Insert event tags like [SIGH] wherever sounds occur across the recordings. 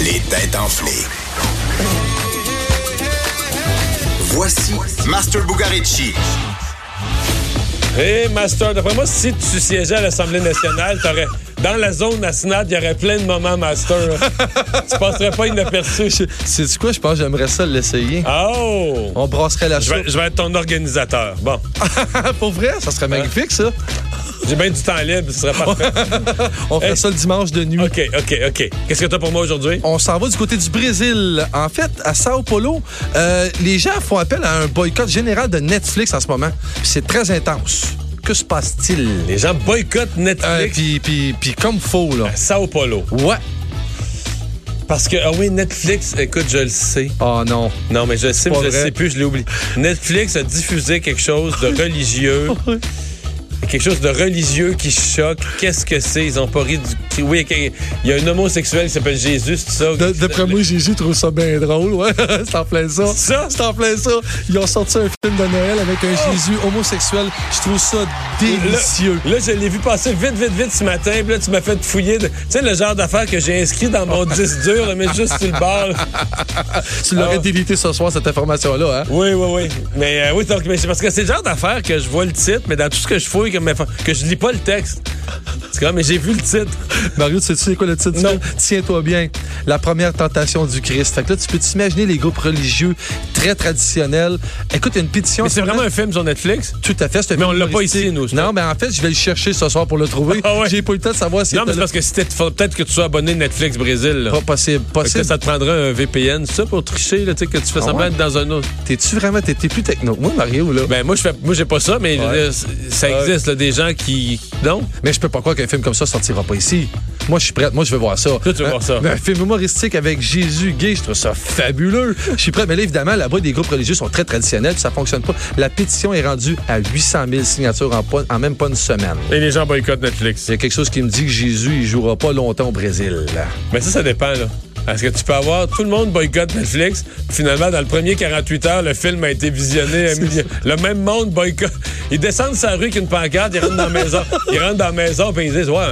Les têtes enflées. Voici Master Bugarici. Hé, Master, d'après moi, si tu siégeais à l'Assemblée nationale, t'aurais. Dans la zone nationale, il y aurait plein de moments, Master. tu passerais pas inaperçu. C'est quoi, je pense, que j'aimerais ça l'essayer. Oh! On brasserait la Je chose. vais, je vais être ton organisateur. Bon. [LAUGHS] Pour vrai, ça serait magnifique, ça. J'ai bien du temps libre, ce serait parfait. On ferait Hey. ça le dimanche de nuit. OK, OK, OK. Qu'est-ce que t'as pour moi aujourd'hui? On s'en va du côté du Brésil. En fait, à Sao Paulo, euh, les gens font appel à un boycott général de Netflix en ce moment. Puis C'est très intense. Que se passe-t-il? Les gens boycottent Euh, Netflix puis, puis, puis comme faux, là. à Sao Paulo. Ouais. Parce que, ah oui, Netflix, écoute, je le sais. Oh non. Non, mais je le sais, mais pas je le vrai. sais plus, je l'ai oublié. Netflix a diffusé quelque chose [LAUGHS] de religieux. quelque chose de religieux qui choque. Qu'est-ce que c'est? Ils ont pas ri du... Oui, il y a un homosexuel qui s'appelle Jésus, c'est ça. De- D'après moi, Jésus trouve ça bien drôle, ouais. [LAUGHS] C'est en plein ça. Ça? Oh! C'est en plein ça. Ils ont sorti un film de Noël avec un Jésus homosexuel. Je trouve ça délicieux. Là, je l'ai vu passer vite, vite, vite ce matin. Puis là, tu m'as fait fouiller. de- Tu sais, le genre d'affaires que j'ai inscrit dans mon disque dur, là, mais juste sur le bord. [LAUGHS] là. Tu l'aurais Ah. délité ce soir, cette information-là, hein? Oui, oui, oui. Mais euh, oui, donc, mais c'est parce que c'est le genre d'affaires que je vois le titre, mais dans tout ce que je fouille, que, mes- que je lis pas le texte. C'est comme, mais j'ai vu le titre. Mario, tu sais, tu sais quoi le titre? du Non. film? Tiens-toi bien. La première tentation du Christ. Fait que là, tu peux t'imaginer les groupes religieux très traditionnels. Écoute, il y a une pétition. Mais c'est vraiment un film sur Netflix? Tout à fait. c'est un Mais on film l'a pas humoristique. ici, nous, c'est Non, mais en fait, je vais le chercher ce soir pour le trouver. Ah ouais. J'ai pas eu le temps de savoir si Non, mais c'est parce que si t'es- faut peut-être que tu sois abonné Netflix Brésil. là. pas possible. Fait que Possible. là, ça te prendrait un VPN, c'est ça, pour tricher, là, tu sais, que tu fais Ah semblant ouais? d'être dans un autre. T'es-tu vraiment, t'es t'es plus techno? Moi, Mario, là. Ben, moi, je fais, moi, j'ai pas ça, mais je veux dire, c- ça Ouais. existe, là, des gens qui. Non? Mais je peux pas croire qu'un film comme ça sortira pas ici. Moi, je suis prête. Moi, je veux voir ça. Toi, tu veux Un- voir ça. Un film humoristique avec Jésus gay, je trouve ça fabuleux. Je suis prêt. Mais là, évidemment, là-bas, des groupes religieux sont très traditionnels, puis ça fonctionne pas. La pétition est rendue à 800 000 signatures en, pas- en même pas une semaine. Et les gens boycottent Netflix. Il y a quelque chose qui me dit que Jésus, il jouera pas longtemps au Brésil. Mais ça, ça dépend, là. Est-ce que tu peux avoir tout le monde boycotte Netflix? puis Finalement, dans le premier 48 heures, le film a été visionné à millions. Le même monde boycotte. Ils descendent sa rue avec une pancarte, ils rentrent dans la maison. Ils rentrent dans la maison, puis ils disent, ouais,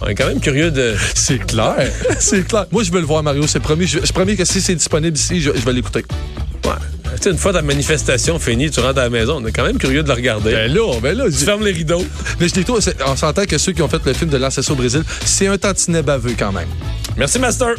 on est quand même curieux de. C'est clair. [LAUGHS] c'est clair. Moi, je veux le voir, Mario. C'est promis. Je, je promets que si c'est disponible ici, je, je vais l'écouter. Ouais. Tu sais, une fois ta manifestation finie, tu rentres à la maison. On est quand même curieux de la regarder. Ben là, ben là. tu je- fermes les rideaux. Mais je détourne. c'est- On s'entend que ceux qui ont fait le film de l'Ancestral au Brésil, c'est un tantinet baveux quand même. Merci, Master.